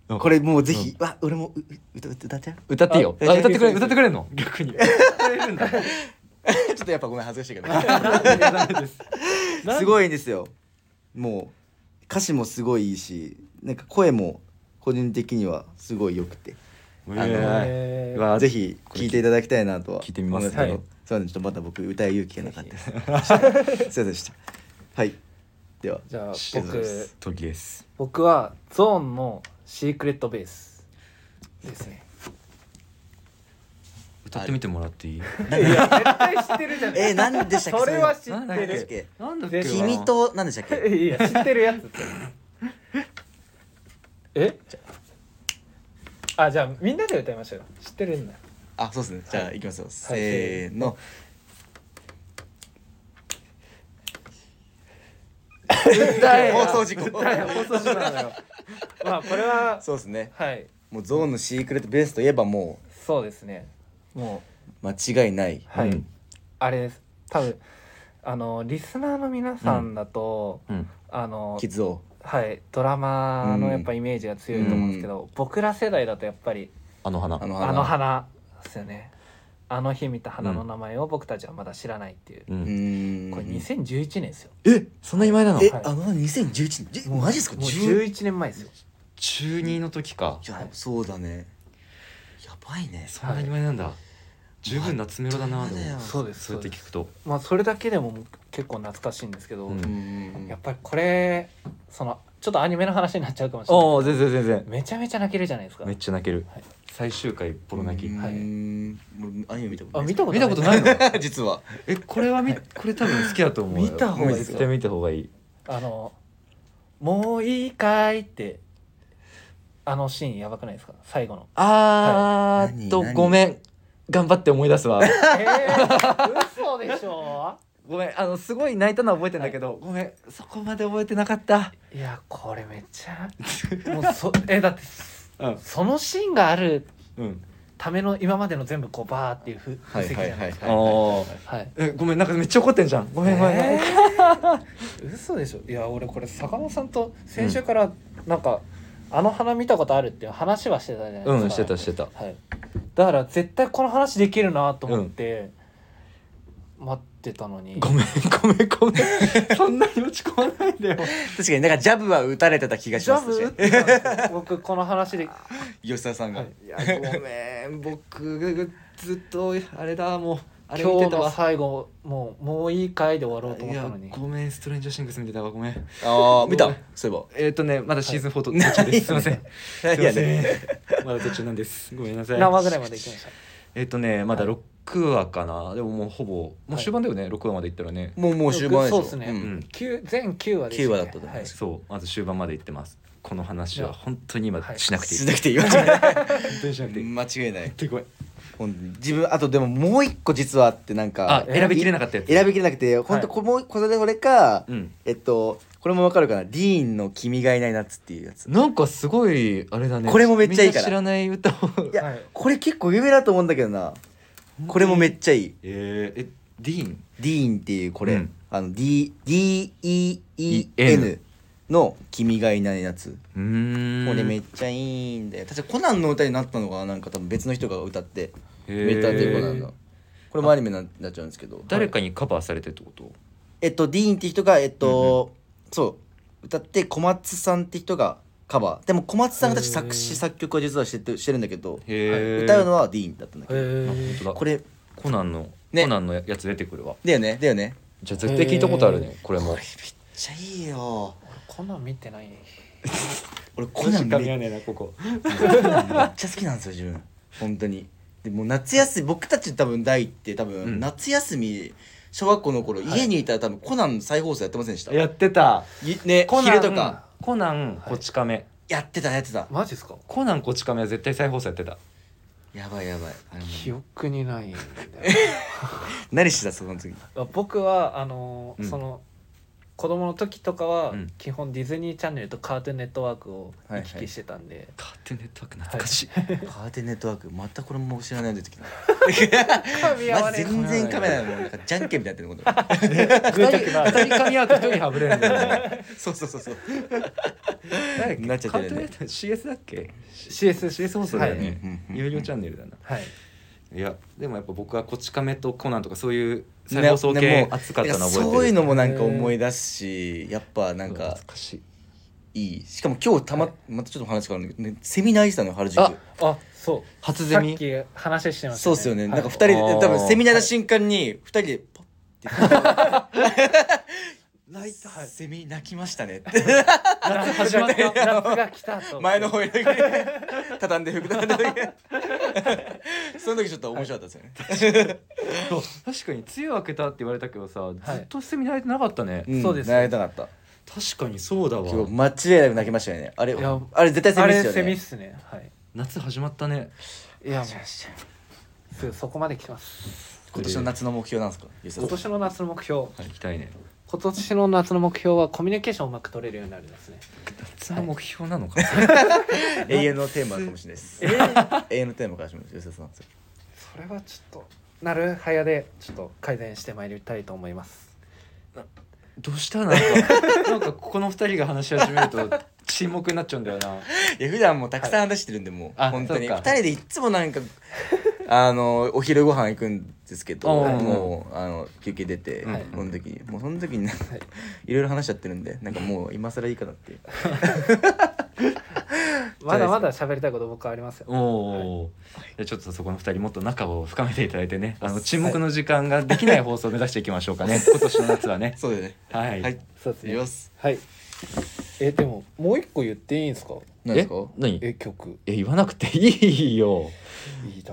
Speaker 3: なんか
Speaker 4: これもうぜひわ俺もうう歌歌歌っちゃう
Speaker 5: 歌っていいよ。
Speaker 4: あ
Speaker 5: あ歌ってくれ
Speaker 4: え
Speaker 5: 歌ってくれんの？逆に。
Speaker 4: ち ょっとやっぱごめん恥ずかしいからね す
Speaker 5: い。
Speaker 4: ごいんですよもう歌詞もすごいいいしなんか声も個人的にはすごい良くてあの
Speaker 1: えー
Speaker 3: わ
Speaker 4: ぜひ聞いていただきたいなとは
Speaker 3: 聞いてみま
Speaker 4: 思
Speaker 3: す
Speaker 4: うんで
Speaker 1: は
Speaker 4: け
Speaker 1: い
Speaker 4: どそうなんですちょっとまた僕歌う勇気がなかったです すいませんでしたはいで は
Speaker 1: じゃあ
Speaker 4: りがとうございま
Speaker 1: 僕
Speaker 4: す
Speaker 3: 時です
Speaker 1: 僕はゾーンのシークレットベースです ね
Speaker 3: 歌ってみてもらっていい
Speaker 1: いや絶対知ってるじゃない
Speaker 4: えー、何でしたっけ
Speaker 1: それは知
Speaker 4: そう
Speaker 1: っ
Speaker 4: いうの
Speaker 1: て
Speaker 4: 何で
Speaker 1: る
Speaker 4: したっけ
Speaker 5: なんだっ
Speaker 1: で
Speaker 5: け？
Speaker 4: 君と何でしたっけ
Speaker 1: いや知ってるやつえあじゃあみんなで歌いましょうよ知ってるんだ
Speaker 4: あそうですねじゃあ行きますよ、せーの放送事故
Speaker 1: 放送事故なのよまあこれは
Speaker 4: そうですね
Speaker 1: はい
Speaker 4: もうゾーンのシークレットベースといえばも
Speaker 1: そうですねも
Speaker 4: う間違いないう
Speaker 1: はい、
Speaker 3: うん
Speaker 1: あれです多分あのリスナーの皆さんだと、
Speaker 3: うん
Speaker 1: あの
Speaker 4: キッズ王
Speaker 1: はいドラマのやっぱイメージが強いと思うんですけど、僕ら世代だとやっぱり
Speaker 3: あの花
Speaker 4: あの
Speaker 1: あの花ですよねあの日見た花の名前を僕たちはまだ知らないっていう、
Speaker 3: う
Speaker 4: うんーん
Speaker 1: これ2011年ですよ
Speaker 3: えそんなに前なの
Speaker 4: え
Speaker 1: はい
Speaker 4: あの2011年えマジですか
Speaker 1: もう
Speaker 4: 10
Speaker 1: 11年前ですよ
Speaker 3: 中二の時か
Speaker 4: いやそうだねやばいね
Speaker 3: そんなに前なんだ十分夏メロだなで
Speaker 4: まだだよ
Speaker 3: も
Speaker 1: そうです
Speaker 3: そう
Speaker 1: そ
Speaker 3: や
Speaker 1: う
Speaker 3: って
Speaker 1: です
Speaker 3: 聞くと
Speaker 1: まあそれだけでも結構懐かしいんですけど、
Speaker 3: うん
Speaker 4: うん
Speaker 1: やっぱりこれそのちょっとアニメの話になっちゃうかもしれない
Speaker 3: おお全然全然
Speaker 1: めちゃめちゃ泣けるじゃないですか
Speaker 3: めっちゃ泣ける
Speaker 1: はい
Speaker 3: 最終回ボロ泣き
Speaker 4: うー
Speaker 1: はい
Speaker 4: ん俺アニメ見たこと
Speaker 1: あ
Speaker 4: ない
Speaker 1: 見たこと
Speaker 3: 見たこと
Speaker 1: い
Speaker 3: ない の
Speaker 4: 実は
Speaker 3: えこれはみこれ多分好きだと思うよ
Speaker 1: 見た方
Speaker 4: がいい
Speaker 3: 絶対見た方がいい
Speaker 1: あの「もういいかい」ってあのシーンやばくないですか最後の
Speaker 3: あ
Speaker 4: はい
Speaker 3: ーっと
Speaker 4: 何
Speaker 3: ごめん頑張って思い出すわ
Speaker 1: え ー、嘘でしょ
Speaker 3: ごめんあのすごい泣いたのは覚えてんだけどごめんそこまで覚えてなかった
Speaker 1: いやこれめっちゃもうそえだって
Speaker 3: うん
Speaker 1: そのシーンがある
Speaker 3: うん
Speaker 1: ための今までの全部こうバーっていうふ布
Speaker 4: はい
Speaker 1: 石じゃない
Speaker 4: は
Speaker 1: い
Speaker 4: はい
Speaker 1: ですか
Speaker 4: はい
Speaker 3: おー
Speaker 1: はい
Speaker 3: えごめんなんかめっちゃ怒ってんじゃんごめんごめん、
Speaker 1: えー嘘でしょいや俺これ坂本さんと先週からなんか、あの花見たことあるっていう話はしてたじゃないですか
Speaker 3: うんしてたしてた
Speaker 1: はい、だから絶対この話できるなと思って待ってたのに、
Speaker 3: ごめんごめんごめ んそんなに落ち込まないでよ
Speaker 4: 確かになんかジャブは打たれてた気がし
Speaker 1: ジ
Speaker 4: ま
Speaker 1: ャ
Speaker 4: す
Speaker 1: ブ打っ
Speaker 4: 確か
Speaker 1: てたんですよ僕この話で
Speaker 4: に吉田さんが、
Speaker 1: はい
Speaker 3: いやごめ ん僕ずっとあれだもうあれ見
Speaker 1: 今
Speaker 3: て
Speaker 1: 日
Speaker 3: た
Speaker 1: の
Speaker 3: わ
Speaker 1: 最後もうもういい回で終わろうと
Speaker 3: い
Speaker 1: 思った
Speaker 3: や
Speaker 1: のに
Speaker 3: ごめんストレンジャーシングス見てたわごめん
Speaker 4: ああ見
Speaker 3: ご
Speaker 4: た
Speaker 3: めん
Speaker 4: そういえば
Speaker 3: えっ、ー、とねまだシーズン4と途中です、すいませんすいま
Speaker 4: いやね
Speaker 3: せんまだ途中なんですごめんなさい
Speaker 1: 何話ぐらいまで行きました
Speaker 3: えっ、とねまだ6話かなでももうほぼもう終盤だよね、6話までいったらね
Speaker 4: もうもう終盤でしょ
Speaker 1: そうっすね
Speaker 3: うん
Speaker 1: 九全9話で
Speaker 4: 九話だったと思います
Speaker 3: そうまず終盤までいってますこの話は本当に今
Speaker 1: はい
Speaker 3: しなくていい、
Speaker 4: しなくていい間
Speaker 3: 本当にしなくて いい、
Speaker 4: 違いない
Speaker 3: 手ごめん
Speaker 4: 本当に自分あとでももう一個実はあってなん
Speaker 3: あ
Speaker 4: か
Speaker 3: 選びきれなかったやつ
Speaker 4: 選びきれなくて本当こもこれでこれか、
Speaker 3: うん
Speaker 4: えっとこれもわかるかなディーンの「君がいない夏」っていうやつ
Speaker 3: なんかすごいあれだね
Speaker 4: これもめっちゃいいから
Speaker 3: みんな知らない歌を
Speaker 4: いや、
Speaker 1: はい
Speaker 4: これ結構有名だと思うんだけどなこれもめっちゃいい
Speaker 3: えー、えディーン
Speaker 4: ディーンっていうこれ、
Speaker 3: うん
Speaker 4: あの D- D-E-E-N
Speaker 3: E-N
Speaker 4: の「君がいない夏
Speaker 3: う」ーん
Speaker 4: これめっちゃいいんだよ確かコナンの歌になったのがなんか多分別の人が歌って
Speaker 3: へ
Speaker 4: メ
Speaker 3: ー
Speaker 4: タデコナンのこれもアニメになっちゃうんですけど
Speaker 3: 誰かにカバーされてってこと
Speaker 4: えっとディーンって人がえっと、そう歌って小松さんって人がカバーでも小松さんが私作詞作曲は実はしててしてるんだけど
Speaker 3: へえ
Speaker 4: 歌うのはディーンだったんだけ
Speaker 1: へ
Speaker 4: ど、
Speaker 3: あ本
Speaker 1: ー
Speaker 3: 当だ
Speaker 4: これ
Speaker 3: コナンの、
Speaker 4: ね
Speaker 3: コナンのやつ出てくるわ
Speaker 4: だよねだよね
Speaker 3: じゃあ絶対聞いたことあるねこれも
Speaker 4: めっちゃいいよ
Speaker 1: こんなん見てない
Speaker 4: 俺コナンめっ
Speaker 3: ねえなここ
Speaker 4: めっちゃ好きなんですよ自分本当にでもう夏休み僕たち多分大って多
Speaker 3: う
Speaker 4: 分
Speaker 3: ん
Speaker 4: 夏休み小学校の頃、家にいたら多分コナン再放送やってませんでした
Speaker 3: やってた
Speaker 4: いね
Speaker 3: コナン
Speaker 4: 昼とか
Speaker 3: コナンこち亀、
Speaker 4: やってたやってた
Speaker 1: マジですか
Speaker 3: コナンこち亀は絶対再放送やってた
Speaker 4: やばいやばいあれも
Speaker 2: 記憶にないんだよ
Speaker 4: 何してたその次
Speaker 1: 僕はあのー
Speaker 3: うん
Speaker 1: その子供の時とかは
Speaker 3: うん
Speaker 1: 基本ディズニーチャンネルとカートゥーンネットワークを行き来してたんで、
Speaker 3: カーテンネットワーク懐かしい、
Speaker 4: カーテンネットワークまたこれも知らないの出てきた
Speaker 1: 噛み合わ
Speaker 4: まず
Speaker 1: れる
Speaker 4: 全然カメラもうなんかじゃんけんみたいになってるこ
Speaker 3: 二人二人噛み合うと一人はぶれるんだよね
Speaker 4: とそうそうそうそう
Speaker 3: 誰 だ
Speaker 4: なっちゃってるよね
Speaker 3: カートゥーネット CS だっけ
Speaker 1: CS
Speaker 3: CS 放送だよね、
Speaker 4: うんうん
Speaker 3: 有料チャンネルだな
Speaker 1: はい
Speaker 3: いやでもやっぱ僕はこち亀とコナンとかそういう再放送系熱かったの覚えてる、
Speaker 4: そういうのもなんか思い出すしやっぱなんか
Speaker 3: 懐かしい
Speaker 4: いいしかも今日たま、またちょっと話変わるんだけど、ね、セミナーしたのよ原宿
Speaker 3: あ
Speaker 1: あそう
Speaker 3: 初ゼ
Speaker 1: さっ
Speaker 3: ミ
Speaker 1: き話してました
Speaker 4: そうっすよね、
Speaker 1: はい
Speaker 4: なんか2人で
Speaker 3: あー
Speaker 4: 多分セミナーの瞬間に2人でポッて泣いたセミ泣きましたねって
Speaker 1: 夏始まった夏が来たと
Speaker 4: 前の方に畳んで服畳んでその時ちょっと面白かったですよね、
Speaker 3: そう確かに梅雨明けたって言われたけどさ、ずっとセミナーやってなかったね、
Speaker 4: ん
Speaker 1: そうです
Speaker 4: 泣いたかった
Speaker 3: 確かにそうだ
Speaker 4: 今
Speaker 3: わ
Speaker 4: 日間違いなく泣きましたよねあれ
Speaker 1: いや
Speaker 4: あれ絶対セ
Speaker 1: あ
Speaker 4: ミ
Speaker 1: れ
Speaker 4: ですよね
Speaker 1: セミっすねはい
Speaker 3: 夏始まったね
Speaker 1: いやもうすぐそこまで来てます
Speaker 4: 今年の夏の目標なんですか吉田さ
Speaker 1: 今
Speaker 4: ん
Speaker 1: 年の夏の目標
Speaker 3: 行きたいね
Speaker 1: 今年の夏の目標はコミュニケーションをうまく取れるようになるんですね
Speaker 3: 夏の目標なのか、
Speaker 4: 永遠のテーマかもしれないです永遠のテーマかもしれないです吉田さんそれ
Speaker 1: それはちょっとなるはやでちょっと改善してまいりたいと思い ます
Speaker 3: どうしたなんか なんかここの二人が話し始めると沈黙になっちゃうんだよない
Speaker 4: や普段もたくさん話してるんで、もう
Speaker 3: あ
Speaker 4: 本当に
Speaker 3: そう
Speaker 4: 2
Speaker 3: か
Speaker 4: 人でいっつもなんか あのお昼ご飯行くんですけど
Speaker 3: うんうん
Speaker 4: もうあの休憩出て、
Speaker 3: はい
Speaker 4: この時にもうその時になんか
Speaker 1: はい
Speaker 4: いろいろ話しちゃってるんでなんかもう今更いいかなっていう
Speaker 1: まだまだ喋りたいこと僕はありますよ
Speaker 3: おお、じゃあちょっとそこの二人もっと仲を深めていただいてねあの沈黙の時間ができない放送を目指していきましょうかね今年の夏はね
Speaker 4: そうだよね
Speaker 3: はい、
Speaker 4: はい
Speaker 1: そうです
Speaker 4: いき
Speaker 1: ね
Speaker 4: ます
Speaker 1: はいえでももう一個言っていいんですか
Speaker 4: 何ですか
Speaker 3: 何え
Speaker 1: え曲
Speaker 3: 言わなくていいよ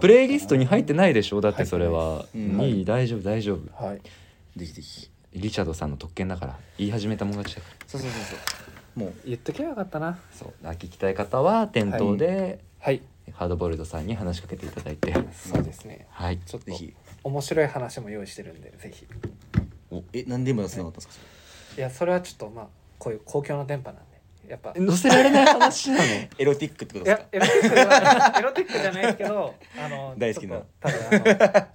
Speaker 3: プレイリストに入ってないでしょだってそれは、
Speaker 4: 入ってない
Speaker 3: いい大丈夫大丈夫
Speaker 1: はい
Speaker 4: できでき
Speaker 3: リチャードさんの特権だから言い始めたもん勝ちだから
Speaker 4: そうそうそうそうもう
Speaker 1: 言っときゃよかったな
Speaker 3: そうあ聞きたい方は店頭で、
Speaker 1: はい
Speaker 3: ハードボイルドさんに話しかけていただいて
Speaker 1: そうですね
Speaker 3: はい
Speaker 1: ちょっと
Speaker 4: ぜひ
Speaker 1: 面白い話も用意してるんでぜひ
Speaker 4: えなんで今出せなかったんですか
Speaker 1: いやそれはちょっとまあこういう公共の電波なんでやっぱい
Speaker 3: 載せられない話なの
Speaker 4: エロティックってことです
Speaker 1: や
Speaker 4: か
Speaker 1: エロティックではないエロティックじゃないですけどあの
Speaker 4: 大好きな
Speaker 1: ちょっと 多分あ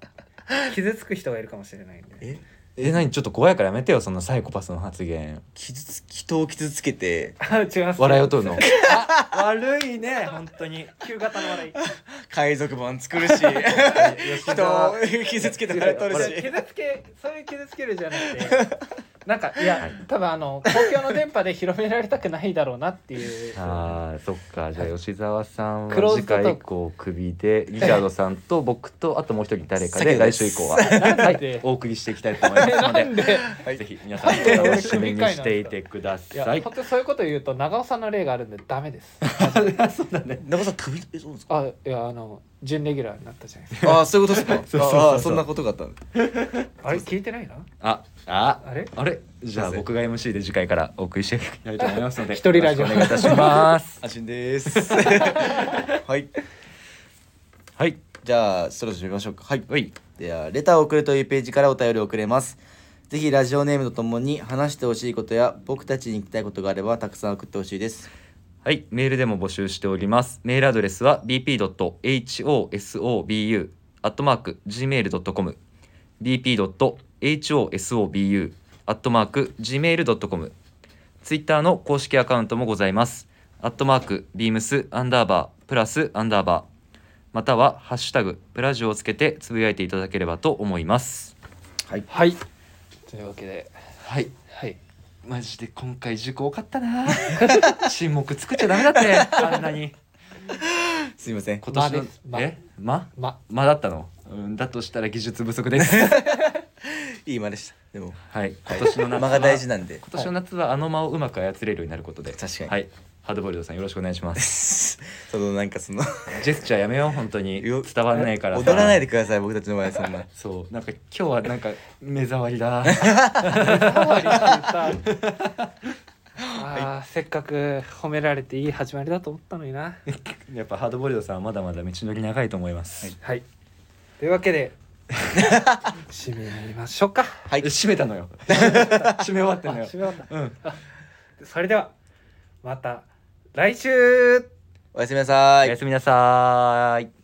Speaker 1: の傷つく人がいるかもしれないんで
Speaker 4: え
Speaker 3: え何ちょっと怖いからやめてよそんなサイコパスの発言
Speaker 4: 傷つ人を傷つけて
Speaker 1: あ違います
Speaker 3: 笑い を取るの
Speaker 1: 悪いね本当に旧型の笑い
Speaker 4: 海賊版作 るし人を傷つけて笑っとるし
Speaker 1: 傷つけそういう傷つけるじゃなく てなんかいや多分あの公共の電波で広められたくないだろうなっていう
Speaker 3: あーそっかじゃあ吉澤さん
Speaker 1: クロー
Speaker 3: は
Speaker 1: ズ
Speaker 3: 次
Speaker 1: ドトーク
Speaker 3: 回以降クビでリチャードさんと僕とあともう一人誰かで
Speaker 4: 酒で
Speaker 3: 来
Speaker 4: す
Speaker 3: 週以降は、はい
Speaker 1: で、
Speaker 3: お送りしていきたいと思いますので
Speaker 1: なんで
Speaker 4: はい
Speaker 3: ぜひ皆さんお楽しみにしていてくだ
Speaker 1: いや、
Speaker 3: さい。
Speaker 1: 本当にそういうこと言うと長尾さんの例があるんでダメです。
Speaker 4: 中尾さん首えそうなんですか
Speaker 1: あいやあの準レギュラーになったじゃないです
Speaker 4: ああ そういうことですか
Speaker 3: そうそう
Speaker 4: ああそんなことがあったんだ
Speaker 1: か。あれ聞いてないな。
Speaker 3: あ、あ、
Speaker 1: あれ
Speaker 3: あれ、じゃ
Speaker 4: すいま
Speaker 3: あ
Speaker 4: せん
Speaker 3: 僕が MC で次回からお送りしていきたいと思いますので、
Speaker 1: 一人ラジオ
Speaker 3: よろしくお願いいたし ます。
Speaker 4: 安心です はい
Speaker 3: はい、
Speaker 4: じゃあそろそろ見ましょうかはい
Speaker 3: はい、
Speaker 4: ではレターを送るというページからお便りをくれますぜひラジオネームとともに話してほしいことや僕たちに聞きたいことがあればたくさん送ってほしいです
Speaker 3: はい、メールでも募集しております。メールアドレスは bp. h o s o b u アットマーク gmail ドットコム bp. h o s o b u アットマーク gmail ドットコムツイッターの公式アカウントもございます。アットマーク、ビームス、アンダーバー、プラス、アンダーバー。または、ハッシュタグ、プラジオをつけてつぶやいていただければと思います。
Speaker 4: はい
Speaker 1: はい。というわけで、
Speaker 3: はい。
Speaker 1: はい。
Speaker 3: マジで今回事故多かったな 沈黙作っちゃダメだって、あんなに。
Speaker 4: すいません
Speaker 3: 今年
Speaker 1: 間
Speaker 3: の
Speaker 1: です、間
Speaker 3: えま
Speaker 1: ま
Speaker 3: まだったの、うん、だとしたら技術不足です。
Speaker 4: いい間でしたでも
Speaker 3: はい。今年の夏は。
Speaker 4: 間が大事なんで
Speaker 3: 今年の夏はあの間をうまく操れるようになることで。
Speaker 4: 確かに
Speaker 3: はい。ハードボイルドさんよろしくお願いし ます。
Speaker 4: そのなんかその
Speaker 3: ジェスチャーやめよう本当に伝
Speaker 4: よ
Speaker 3: わんないから
Speaker 4: 踊
Speaker 3: さ
Speaker 4: らないでください僕たちの前でそんな
Speaker 3: そうなんか今日はなんか目障りだ
Speaker 1: 触 りって言った。ああーせっかく褒められていい始まりだと思ったのにな
Speaker 3: やっぱハードボイルドさんはまだまだ道のり長いと思います、
Speaker 1: はいというわけで締めましょうか
Speaker 4: はい
Speaker 3: え閉めたのよ閉め終わってんのよ
Speaker 1: あ締め終わった
Speaker 3: うん
Speaker 1: それではまた来週
Speaker 4: おやすみなさ
Speaker 3: お
Speaker 4: い
Speaker 3: やすみなさーい